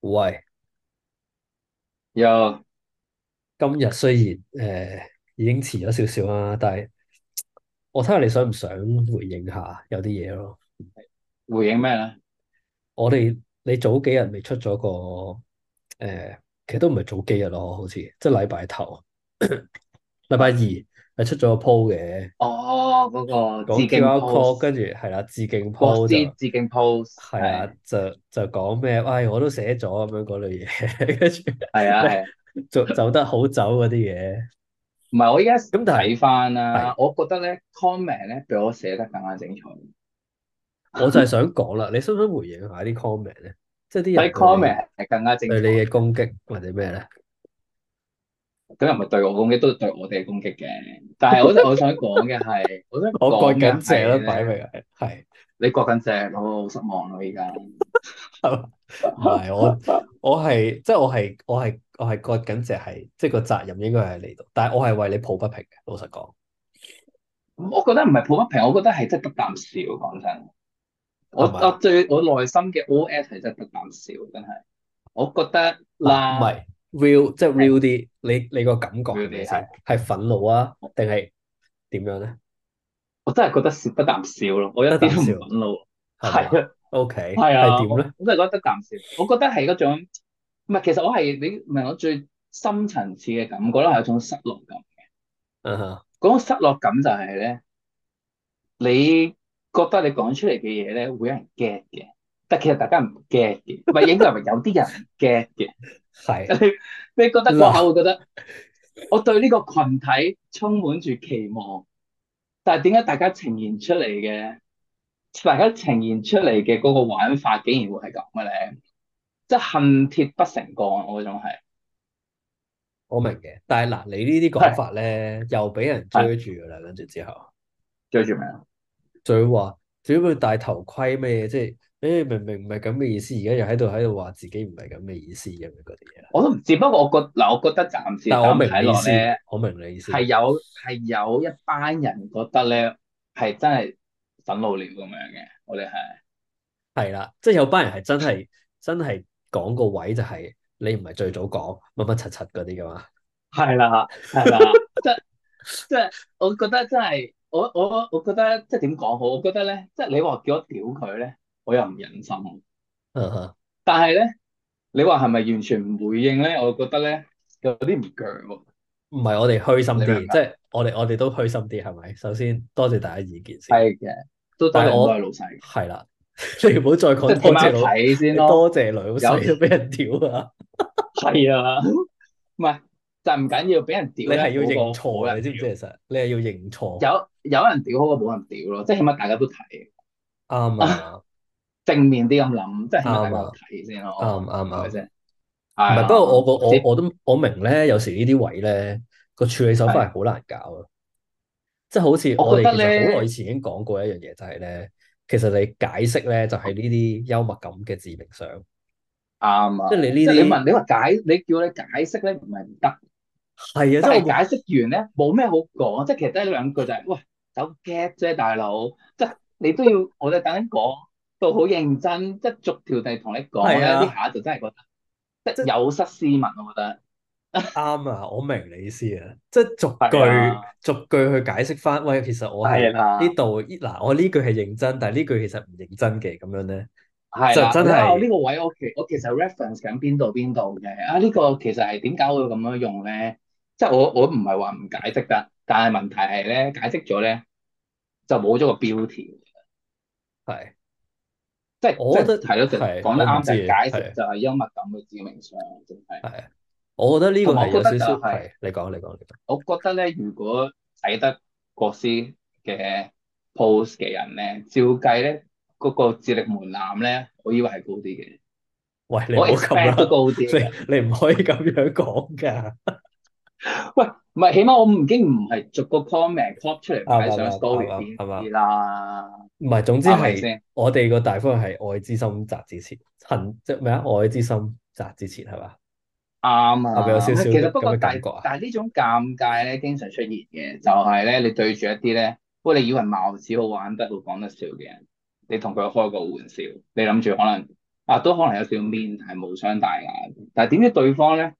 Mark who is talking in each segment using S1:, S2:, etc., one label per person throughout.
S1: 喂，
S2: 又
S1: 今日雖然誒、呃已經遲咗少少啦，但係我睇下你想唔想回應下有啲嘢咯。
S2: 回應咩咧？
S1: 我哋你早幾日咪出咗個誒、呃其實都唔係早幾日咯，好似即係禮拜頭、禮拜二係出咗個 po 嘅，
S2: 哦，嗰、個
S1: 講
S2: 致敬
S1: QR code，
S2: pose，
S1: 跟住係啦，致敬
S2: 國
S1: po 就
S2: 師致敬 pose，
S1: 係啊啦，
S2: 係
S1: 就就講咩，唉，我都寫咗咁樣嗰類嘢，跟住
S2: 係啊係
S1: 咩
S2: 啊，
S1: 走走得好走嗰啲嘢，
S2: 唔係我依家
S1: 咁但係
S2: 睇翻啦，
S1: 係。
S2: 我覺得咧 comment 咧比我寫得更加精彩。
S1: 我就係想講啦，你想唔想回應下啲 comment 咧？即係啲人對
S2: 睇
S1: 你
S2: comment 係更加精
S1: 對
S2: 彩，
S1: 你嘅攻擊或者咩咧？
S2: 咁又唔係對我攻擊，都對我哋攻擊嘅。但係我 就我想講嘅係，我想
S1: 我割
S2: 講嘅
S1: 緊蔗
S2: 係啊
S1: 啦，擺
S2: 咧，
S1: 明係係
S2: 你割緊隻，我好失望咯，依家。
S1: 係唔 係我我係即係我係我係我係割緊蔗係，即係個責任應該係你度，但係我係為你抱不平嘅，老實講。
S2: 我覺得唔係抱不平，我覺得係真係得啖笑，講真。我
S1: 係
S2: 我
S1: 嘛？
S2: 最我內心嘅 OS 係真係得啖笑，真係。我覺得
S1: 嗱，唔
S2: 啦，
S1: 係 real 即係
S2: 係
S1: real 啲，你你個感覺係
S2: 佢
S1: 咩
S2: 哋
S1: 先？
S2: 係，
S1: 係憤怒啊，
S2: 我
S1: 定係點樣咧？
S2: 我真係覺得笑得啖笑咯，我一
S1: 得
S2: 啲
S1: 啖
S2: 都唔
S1: 笑
S2: 憤怒。
S1: 係
S2: 係
S1: 嘛
S2: 啊，
S1: ？OK，
S2: 係
S1: 係
S2: 啊，
S1: 點
S2: 我
S1: 咧？
S2: 我真係覺得得啖笑。我覺得係嗰種，唔係其實我係你唔係我最深層次嘅感覺啦，係一種失落感。
S1: 嗯哼，
S2: 嗰種失落感就係咧，你覺得你講出嚟嘅嘢咧會有人 get 嘅，但其實大家唔 get 嘅，唔係應該係咪有啲人唔 get 嘅？
S1: 係
S2: 你你覺得嗰下
S1: 嗱，
S2: 會覺得我對呢個群體充滿住期望。但係點解大家呈現出嚟嘅，大家呈現出嚟嘅嗰個玩法，竟然會係咁嘅咧？即係恨鐵不成鋼，我嗰種係
S1: 我明嘅，但係嗱，你呢啲講
S2: 係
S1: 法咧，又俾人
S2: 係
S1: 追住噶啦，跟住之後，
S2: 追住咩啊？
S1: 仲要話，仲要佢戴頭盔咩？即係，誒明明唔係咁嘅意思，而家又喺度喺度話自己唔係咁嘅意思咁樣嗰啲嘢啦。
S2: 我都唔知，不過我覺嗱，我覺得暫時
S1: 但我
S2: 咁
S1: 明
S2: 睇
S1: 你意
S2: 落
S1: 思，
S2: 咧，
S1: 我明你意思，
S2: 係有係有一班人覺得咧係真係憤怒了咁樣嘅，我哋係
S1: 係啦，即係有班人係真係真係講個位就係你唔係最早講乜乜柒柒嗰啲噶嘛。
S2: 係啦係啦， 即係即係我覺得真係我我我覺得即係點講好？我覺得咧，即係你話叫我屌佢咧，我又唔忍心。
S1: 嗯哼
S2: 但係咧，你話係咪完全唔回應咧？我覺得咧有啲唔鋸喎，
S1: 唔係我哋虛心
S2: 你明唔
S1: 啲，
S2: 明
S1: 即
S2: 啊？
S1: 係我哋我哋都虛心啲，係咪？首先多謝大家意見先，
S2: 係嘅，都
S1: 我
S2: 大
S1: 哋
S2: 家都係
S1: 我
S2: 老細嘅，
S1: 係啦， 你唔好再
S2: 即
S1: 講
S2: 係起
S1: 多謝
S2: 碼
S1: 老，
S2: 睇先
S1: 你
S2: 咯。
S1: 多謝老
S2: 有
S1: 細都俾人屌啊！
S2: 係啊， 唔係就唔緊要，俾人屌
S1: 你
S2: 咧
S1: 係要
S2: 好
S1: 認
S2: 過冇
S1: 錯啊，
S2: 人
S1: 你知唔知？
S2: 屌。
S1: 其實你係要認錯，
S2: 有有人屌好過冇人屌咯，即係起碼大家都睇
S1: 啱
S2: 啊，
S1: 啊，
S2: 正面啲咁諗，即係起
S1: 啱
S2: 碼大家有
S1: 啊，
S2: 睇先咯，
S1: 啱啱
S2: 哦係咪
S1: 啱。
S2: 先？
S1: 唔
S2: 係
S1: 係，不過我
S2: 啊，
S1: 個
S2: 我
S1: 我
S2: 知
S1: 我都我明咧，有時呢啲位咧個處理手法
S2: 係。
S1: 係好難搞啊。即係好似
S2: 我
S1: 我
S2: 覺
S1: 哋
S2: 得
S1: 其實好耐以
S2: 咧
S1: 前已經講過一樣嘢，就係咧，其實你解釋咧就係呢啲幽默感嘅致命傷，即係
S2: 啱啊，
S1: 你呢
S2: 即係你
S1: 啲
S2: 問你話解，你叫你解釋咧唔係唔得。
S1: 係啊，即
S2: 但
S1: 係
S2: 係
S1: 我
S2: 解釋完咧，冇咩好講，即係其實得兩句就係、喂，走 gap 啫，大佬，即係你都要，我哋等緊講到好認真，即係逐條地同你講
S1: 係
S2: 咧，呢
S1: 啊，
S2: 下就真係覺得
S1: 即
S2: 即係
S1: 係
S2: 有失斯文，我覺得
S1: 啱啊，我明你意思啊，即係逐
S2: 係
S1: 句
S2: 啊，
S1: 逐句去解釋翻，喂，其實我
S2: 係啊
S1: 係呢
S2: 啦，
S1: 度嗱，我呢句係認真，但係呢句其實唔認真嘅，咁樣咧
S2: 係
S1: 就
S2: 啦，
S1: 真
S2: 或者啊，我呢
S1: 係
S2: 個位我其我其實 reference 緊邊度邊度嘅啊，呢個其實係點解會咁樣用咧？即係我我唔係話唔解釋得，但係問題係咧，解釋咗咧就冇咗個標題。
S1: 係，
S2: 即係即
S1: 我覺
S2: 係
S1: 得
S2: 係咯，就
S1: 係，
S2: 講得
S1: 我唔
S2: 啱
S1: 知
S2: 就係
S1: 啊，
S2: 解釋
S1: 係
S2: 就係幽默感嘅致命傷，真係。
S1: 係，我覺得呢個
S2: 同埋
S1: 係
S2: 我覺
S1: 有
S2: 得
S1: 少
S2: 就
S1: 少
S2: 係、
S1: 係，你講你講你講，
S2: 我覺得咧，如果睇得國師嘅 post 嘅人咧，照計咧嗰、個智力門檻咧，我以為係高啲嘅，
S1: 喂，你唔
S2: 我
S1: 好咁
S2: expect 都
S1: 啦，
S2: 高啲嘅。
S1: 你你唔可以咁樣講㗎，
S2: 喂，唔係，起碼我已經唔係逐個 comment pop 出嚟
S1: 啱
S2: 擺
S1: 啱啱
S2: 上
S1: 啱
S2: story
S1: 啱
S2: 邊
S1: 啱啱，
S2: 啲啦，
S1: 唔係，總之
S2: 啱啊咪
S1: 係
S2: 先？
S1: 我哋個大方向係愛之深責之切，恨即係咩啊？愛之深責之切係嘛？係
S2: 啱
S1: 咪有
S2: 啊，
S1: 少
S2: 唔
S1: 少
S2: 係，其實
S1: 咁
S2: 不過
S1: 嘅
S2: 但
S1: 感
S2: 係
S1: 覺啊？
S2: 但係呢種尷尬咧，經常出現嘅就係咧，你對住一啲咧，不過你以為貌似好玩得、好講得笑嘅人，你同佢開個玩笑，你諗住可能啊，都可能有少少 mean，但係無傷大雅。但係點知對方咧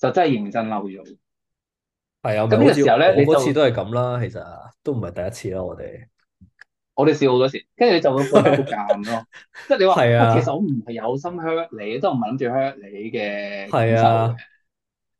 S2: 就真係認真嬲咗。
S1: 係啊，咪
S2: 咁呢
S1: 好
S2: 個
S1: 似
S2: 時候咧
S1: 我
S2: 你就
S1: 嗰次都係咁啦，其實都唔係第一次啦，我哋
S2: 我哋試好多次，跟住你就 會覺得好尷咯。即係你話，
S1: 係
S2: 喂，其實
S1: 啊，
S2: 我唔係有心 hurt 你，都唔係諗住 hurt 你嘅感
S1: 係
S2: 受嘅
S1: 啊，，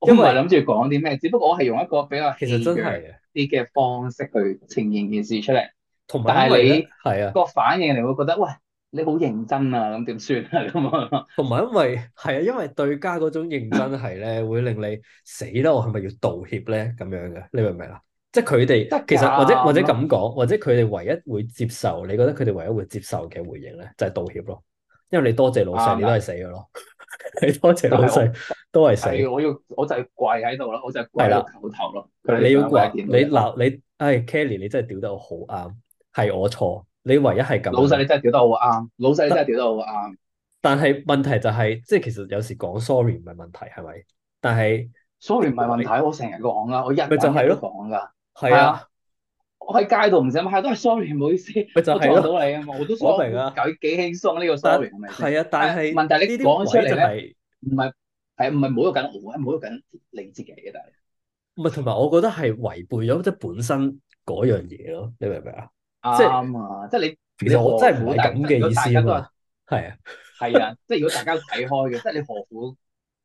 S2: 我
S1: 因
S2: 唔係
S1: 為
S2: 諗住講啲咩，只不過我係用一個比較
S1: 其實
S2: 戲
S1: 真
S2: 謔
S1: 係嘅，
S2: 啲嘅方式去呈現件事出嚟。
S1: 同埋因
S2: 但係
S1: 為咧，
S2: 你
S1: 係啊，
S2: 個反應，你會覺得，喂，你好認真啊，咁點算啊咁啊？
S1: 同埋因為係啊，因為對家嗰種認真係咧，
S2: 嗯
S1: 會令你死啦，我係咪要道歉咧？咁樣嘅，你明唔明啊？即係佢哋
S2: 得
S1: 其實或者或
S2: 㗎
S1: 者
S2: 咯，
S1: 咁講，或者佢哋唯一會接受，你覺得佢哋唯一會接受嘅回應咧，就係道歉咯。因為你多謝老細，
S2: 啱
S1: 你都係
S2: 啦。
S1: 死嘅咯。 你多謝
S2: 就
S1: 老
S2: 啊係啊我
S1: 細都係死，
S2: 係我啊要我就係跪喺度咯，我就係
S1: 係
S2: 跪喺度
S1: 啦。
S2: 叩頭咯。佢哋
S1: 你要
S2: 想為
S1: 話
S2: 一點啊
S1: 你
S2: 都有。
S1: 鬧你，唉，Kelly，你真係屌得我好啱，係我錯，你唯一係咁
S2: 老
S1: 樣
S2: 細你
S1: 咯。
S2: 真係屌得好啱，老細你真係
S1: 但
S2: 屌得好啱，
S1: 但係問題就係，即係其實有時講 sorry 唔係問題，係咪？但係
S2: 所以
S1: 你
S2: 唔係問
S1: 你
S2: 題，我成日講啊噶，我日
S1: 咪就
S2: 揾
S1: 係
S2: 日都
S1: 咯，
S2: 講噶，
S1: 係
S2: 係啊，
S1: 啊，
S2: 我喺街度唔使嗌都係 sorry，唔好意思，
S1: 咪就
S2: 我
S1: 係
S2: 撞到
S1: 咯，
S2: 你啊嘛，我都
S1: 我
S2: sorry，
S1: 明
S2: 我
S1: 啊。
S2: 幾幾輕鬆呢個
S1: 但
S2: sorry 係咪先？
S1: 係啊，但
S2: 但係
S1: 係
S2: 問題
S1: 呢
S2: 你
S1: 啲
S2: 講出
S1: 位
S2: 嚟
S1: 就
S2: 咧，
S1: 係，
S2: 唔係係唔係侮辱緊我，係侮辱緊你自己嘅，但係
S1: 唔係同埋我覺得係違背咗即係本身嗰樣嘢咯，你明唔明啊？即係
S2: 啱啊，即係你
S1: 其
S2: 你
S1: 實我
S2: 何
S1: 真係唔
S2: 苦
S1: 係
S2: 大
S1: 咁
S2: 家
S1: 嘅
S2: 如果
S1: 意
S2: 大
S1: 思啊
S2: 家都係
S1: 嘛，係啊，
S2: 係啊，即係如果大家都睇開嘅，即係你何苦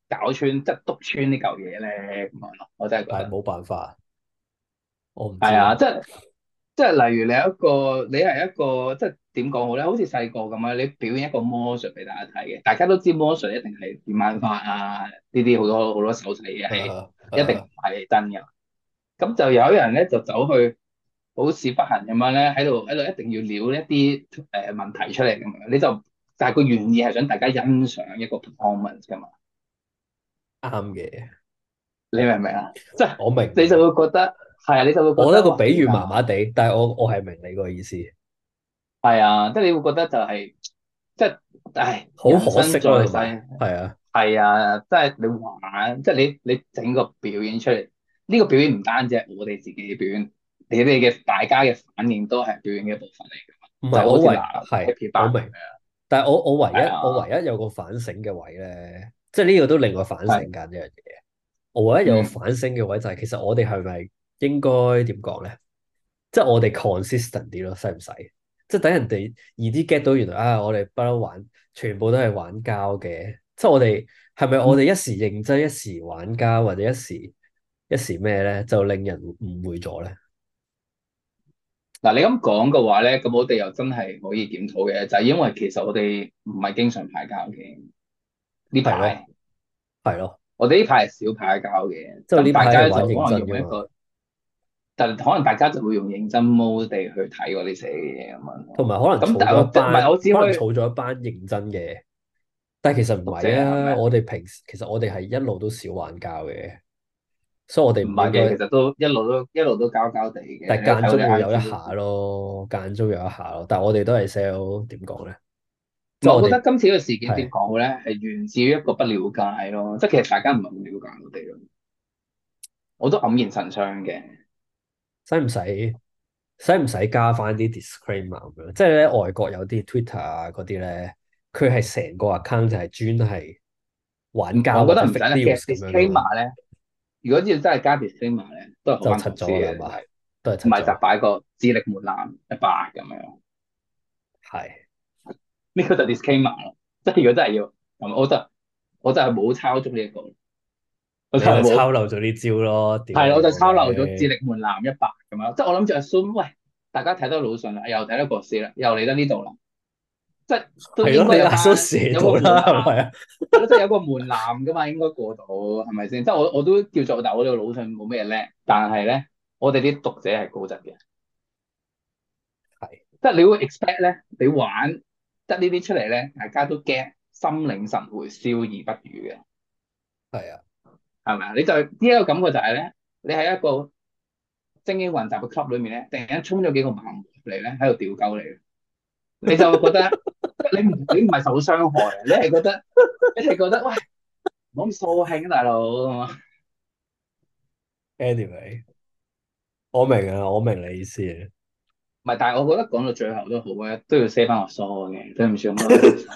S2: 搞穿即係篤穿呢嚿嘢咧咁樣咯，我真係覺
S1: 但係
S2: 得
S1: 冇辦法，我唔
S2: 係
S1: 知
S2: 啊，
S1: 啊，
S2: 即係。即係例如你有一個，你係一個即係點講好咧？好似細個咁啊，你表演一個魔術俾大家睇嘅，大家都知魔術一定係變眼法啊，呢啲好多好多手勢嘅係
S1: 啊
S2: 一定
S1: 啊
S2: 唔係真嘅。咁就有人咧就走去好事不行咁樣咧，喺度喺度一定要撩一啲誒、呃、問題出嚟咁樣，你就但係個原意係想大家欣賞一個 performance 㗎嘛，
S1: 啊啱嘅，
S2: 你明唔明啊？即係
S1: 我明
S2: 你
S1: 嘅。
S2: 就會覺得係啊，你就會覺
S1: 我覺得
S2: 得
S1: 個
S2: 哇
S1: 比
S2: 點
S1: 喻
S2: 啊？
S1: 麻麻地，但係我我係明你個意思，
S2: 係啊，即係你會覺得就係、即係，唉，
S1: 好
S2: 人
S1: 可
S2: 生
S1: 惜咯，
S2: 在
S1: 同
S2: 世，
S1: 埋係啊，
S2: 係啊，即係你玩，即係你你整個表演出嚟，呢、個表演唔單止係我哋自己嘅表演，你哋嘅大家嘅反應都係表演嘅一部分嚟㗎嘛，
S1: 唔
S2: 就
S1: 係
S2: 好
S1: 我
S2: 似
S1: 唯
S2: 嗱
S1: 係我
S2: Happy Bar 咁
S1: 明，
S2: 樣，
S1: 但係我我唯
S2: 係
S1: 一我
S2: 啊，
S1: 唯一有個反省嘅位咧，即係呢個都令我反省
S2: 係，
S1: 緊一樣嘢。我唯一有個
S2: 嗯，
S1: 反省嘅位就係，其實我哋係咪應該點講咧？即係我哋 consistent 啲咯，使唔使？即係等人哋易啲 get 到原來啊，我哋不嬲玩，全部都係玩交嘅。即係我哋係咪我
S2: 嗯
S1: 哋一時認真，一時玩交，或者一時一時咩咧，就令人誤會咗咧？
S2: 嗱你咁講嘅話咧，咁我哋又真係可以檢討嘅，就係因為其實我哋唔係經常派交嘅，呢
S1: 係咯，
S2: 排
S1: 係咯，
S2: 我哋呢排係少派交嘅，
S1: 即係
S2: 咁
S1: 呢
S2: 大
S1: 排
S2: 家
S1: 係
S2: 咧
S1: 玩認真噶
S2: 就可能用一
S1: 嘛，
S2: 個。但可能大家就會用認真 mode 地去睇我哋寫嘅嘢咁
S1: 同
S2: 樣咯。
S1: 埋可能
S2: 咁
S1: 儲
S2: 但
S1: 咗一
S2: 係我即係唔
S1: 班，
S2: 係我只
S1: 可能
S2: 可以
S1: 儲咗一班認真嘅，但係其實唔
S2: 讀者
S1: 係
S2: 啊
S1: 啊。
S2: 咩？
S1: 我哋平時其實我哋係一路都少玩交嘅，所以我哋
S2: 唔
S1: 唔
S2: 係
S1: 應
S2: 嘅，其
S1: 該。
S2: 實都一路都一路都交交地嘅。
S1: 但
S2: 你
S1: 係間
S2: 都睇我
S1: 中
S2: 哋
S1: 會有一
S2: IG 都
S1: 下咯，間中有一下咯。但係我哋都係 sell 點講咧，
S2: 唔
S1: 即係
S2: 係，
S1: 我
S2: 我覺
S1: 哋
S2: 得今次嘅事件
S1: 係
S2: 點講好咧，係源自於一個不了解咯。啊即係其實大家唔係咁了解我哋咯。我都黯然神傷嘅。
S1: 使唔使使唔使加翻啲 disclaimer 咁樣？即係咧外國有啲 Twitter 啊嗰啲咧，佢係成個 account 就係專係玩
S2: 唔
S1: 家
S2: 我
S1: 或
S2: 覺
S1: 者
S2: 得唔使
S1: fake
S2: 啦。其實
S1: news 咁樣噶嘛，
S2: disclaimer 咧，如果要真係加 disclaimer 咧，都係好
S1: 就
S2: 關
S1: 柒
S2: 公司
S1: 咗啦係
S2: 嘅，真
S1: 嘛，都係柒
S2: 係唔係就
S1: 咗，
S2: 擺個資歷門檻一百咁樣。
S1: 係
S2: 呢個就 disclaimer 咯。即係如果真係要咁，我就我就係冇抄足呢一個，我
S1: 你
S2: 就
S1: 就
S2: 係冇
S1: 抄漏咗呢招咯，屌
S2: 係啦，
S1: 你
S2: 我就
S1: 老
S2: 抄漏咗智
S1: 味，
S2: 力門檻一百咁樣。即係我諗住 assume，喂，大家睇得魯迅啦，又睇得國師啦，又嚟得呢度啦，即係都
S1: 係
S2: 應
S1: 咯，
S2: 該
S1: 你
S2: 有
S1: 阿叔
S2: 單
S1: 射
S2: 有
S1: 到
S2: 個門
S1: 啦，係
S2: 檻，
S1: 咪啊？
S2: 係咯，即係有個門檻噶嘛，應該過到係咪先？即係我我都叫做，但我哋個魯迅冇咩叻，但係咧，我哋啲讀者係高質嘅。
S1: 係
S2: 即係你會 expect 咧，你玩得呢啲出嚟咧，大家都 get，心領神會，笑而不語嘅，
S1: 係啊，
S2: 係咪啊？你就呢一個感覺就係咧，你喺一個精英混雜嘅 club 裏面咧，突然間衝咗幾個盲目入嚟咧，喺度屌鳩你，你就會覺得你唔你唔係受傷害啊，你係覺得 你係覺得喂，唔好咁掃興啊，大佬咁啊，
S1: anyway，我明啊，我明你意思啊。
S2: 唔係，但係我覺得講到最後都好咧，都要 say 翻個 sorry 嘅，對唔住咁多位老細，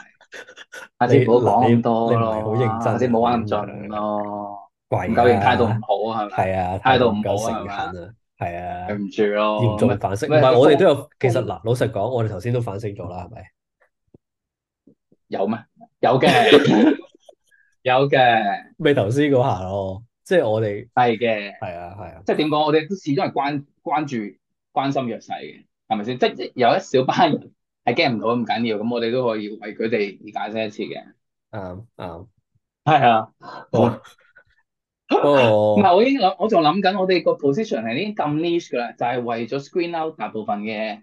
S2: 下次唔好講
S1: 你
S2: 咁多
S1: 你唔
S2: 咯，
S1: 係好認真
S2: 下次唔好玩咁
S1: 你
S2: 盡
S1: 唔係
S2: 咯，
S1: 貴
S2: 唔夠型態度
S1: 啊，
S2: 唔好啊，係咪？
S1: 係啊，
S2: 態度唔
S1: 夠
S2: 好啊哦
S1: 誠懇啊，係啊
S2: 對，唔住
S1: 嚴
S2: 咯，
S1: 重
S2: 咪
S1: 反省。唔
S2: 咪
S1: 係我哋都有，其實
S2: 風
S1: 嗱，老實講，我哋頭先都反省咗啦，係咪？
S2: 有咩？有嘅，有嘅，
S1: 咪頭先嗰下咯，即係我哋
S2: 係嘅。
S1: 係啊係啊，
S2: 即係點講？我哋都始終係關關注關心弱勢嘅，係咪先？即係有一小班人係驚唔到咁緊要，咁我哋都可以為佢哋而解釋一次嘅。
S1: 啱 啱。
S2: 係啊，
S1: 不過不過
S2: 唔係我已經諗，我仲諗緊，我哋個 position 係已經咁 niche 㗎啦，就係為咗 screen out 大部分嘅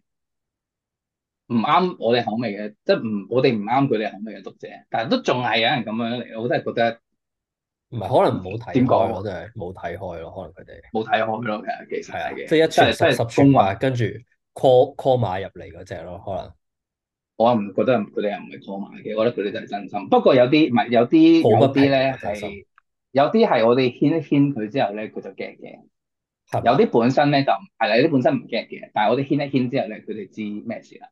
S2: 唔啱我哋口味嘅，即係唔我哋唔啱佢哋口味嘅讀者，但係都仲係有人咁樣嚟，我真係覺得
S1: 唔係可能冇睇
S2: 點講
S1: 開
S2: 啊
S1: 咯，真係冇睇開咯，可能佢哋
S2: 冇睇開咯，其實其實
S1: 係啊
S2: 係，嘅，
S1: 即係一傳
S2: 真係真
S1: 十，
S2: 係
S1: 十傳
S2: 公
S1: 百，
S2: 允。
S1: 跟住 call call 馬入嚟嗰只咯，可能
S2: 我唔覺得佢哋係唔係過埋嘅，我覺得佢哋都係真心。不過有啲唔係有啲
S1: 抱不
S2: 有啲
S1: 平
S2: 咧
S1: 真心
S2: 係有啲係我哋牽一牽佢之後咧，佢就驚嘅。
S1: 係
S2: 有
S1: 嘛？
S2: 啲本身咧就唔係啦，有啲本身唔驚嘅，但係我哋牽一牽之後咧，佢哋知咩事啦。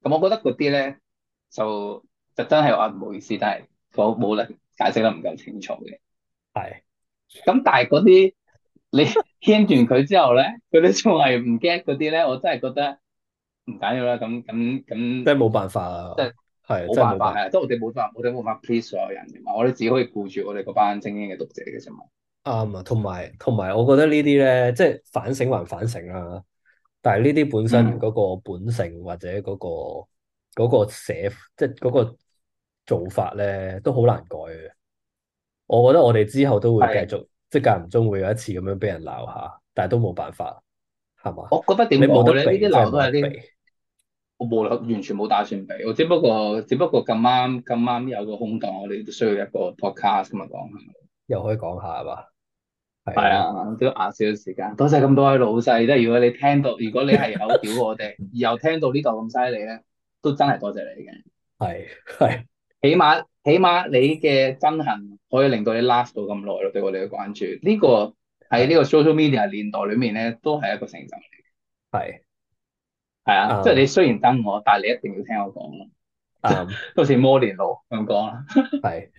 S2: 咁我覺得嗰啲咧就就真係話唔好意思，但係我冇力解釋得唔夠清楚嘅。
S1: 係
S2: 咁但係嗰啲你 牽完佢之後咧，佢哋仲係唔驚嗰啲咧，我真係覺得唔緊要啦。咁咁
S1: 即。
S2: 咁
S1: 係冇辦法啊
S2: 即係，
S1: 係
S2: 冇
S1: 真係
S2: 辦
S1: 冇
S2: 法
S1: 辦
S2: 係啊，即係我哋冇辦法，我哋冇辦法 please 所有人嘅嘛，我哋只可以顧住我哋嗰班精英嘅讀者嘅啫嘛。
S1: 啱啊，同埋同埋，我覺得呢啲咧，即係反省還反省啦。但係呢啲本身
S2: 嗯
S1: 嗰個本性或者嗰個嗰個寫，即係嗰個做法咧，都好難改嘅。我覺得我哋之後都會繼
S2: 係，
S1: 續，即係間唔中會有一次咁樣俾人鬧下，但係都冇辦法，係嘛？
S2: 我覺得點
S1: 你冇
S2: 講
S1: 得
S2: 咧？呢
S1: 避，
S2: 啲
S1: 真係
S2: 鬧都
S1: 冇
S2: 係
S1: 得
S2: 啲
S1: 避。
S2: 我冇諗完全冇打算俾，我只不過只不過咁啱咁啱有個空檔，我哋都需要一個 podcast 咁啊講下。
S1: 又可以講下係嘛？係
S2: 係
S1: 啊，
S2: 啊，都壓少少時間。多謝咁多位老細，即係如果你聽到，如果你係有屌我哋， 又聽到呢度咁犀利咧，都真係多謝你嘅。
S1: 係係
S2: 起碼起碼你嘅憎恨可以令到你 last 到咁耐咯，對我哋嘅關注，呢個喺
S1: 係
S2: 呢個 social media 年代裏面咧，都係一個成就。
S1: 係
S2: 係啊，即係
S1: 啱
S2: 你雖然憎我，但係你一定要聽我講咯，
S1: 啱
S2: 好似摩連奴咁講啦。
S1: 係。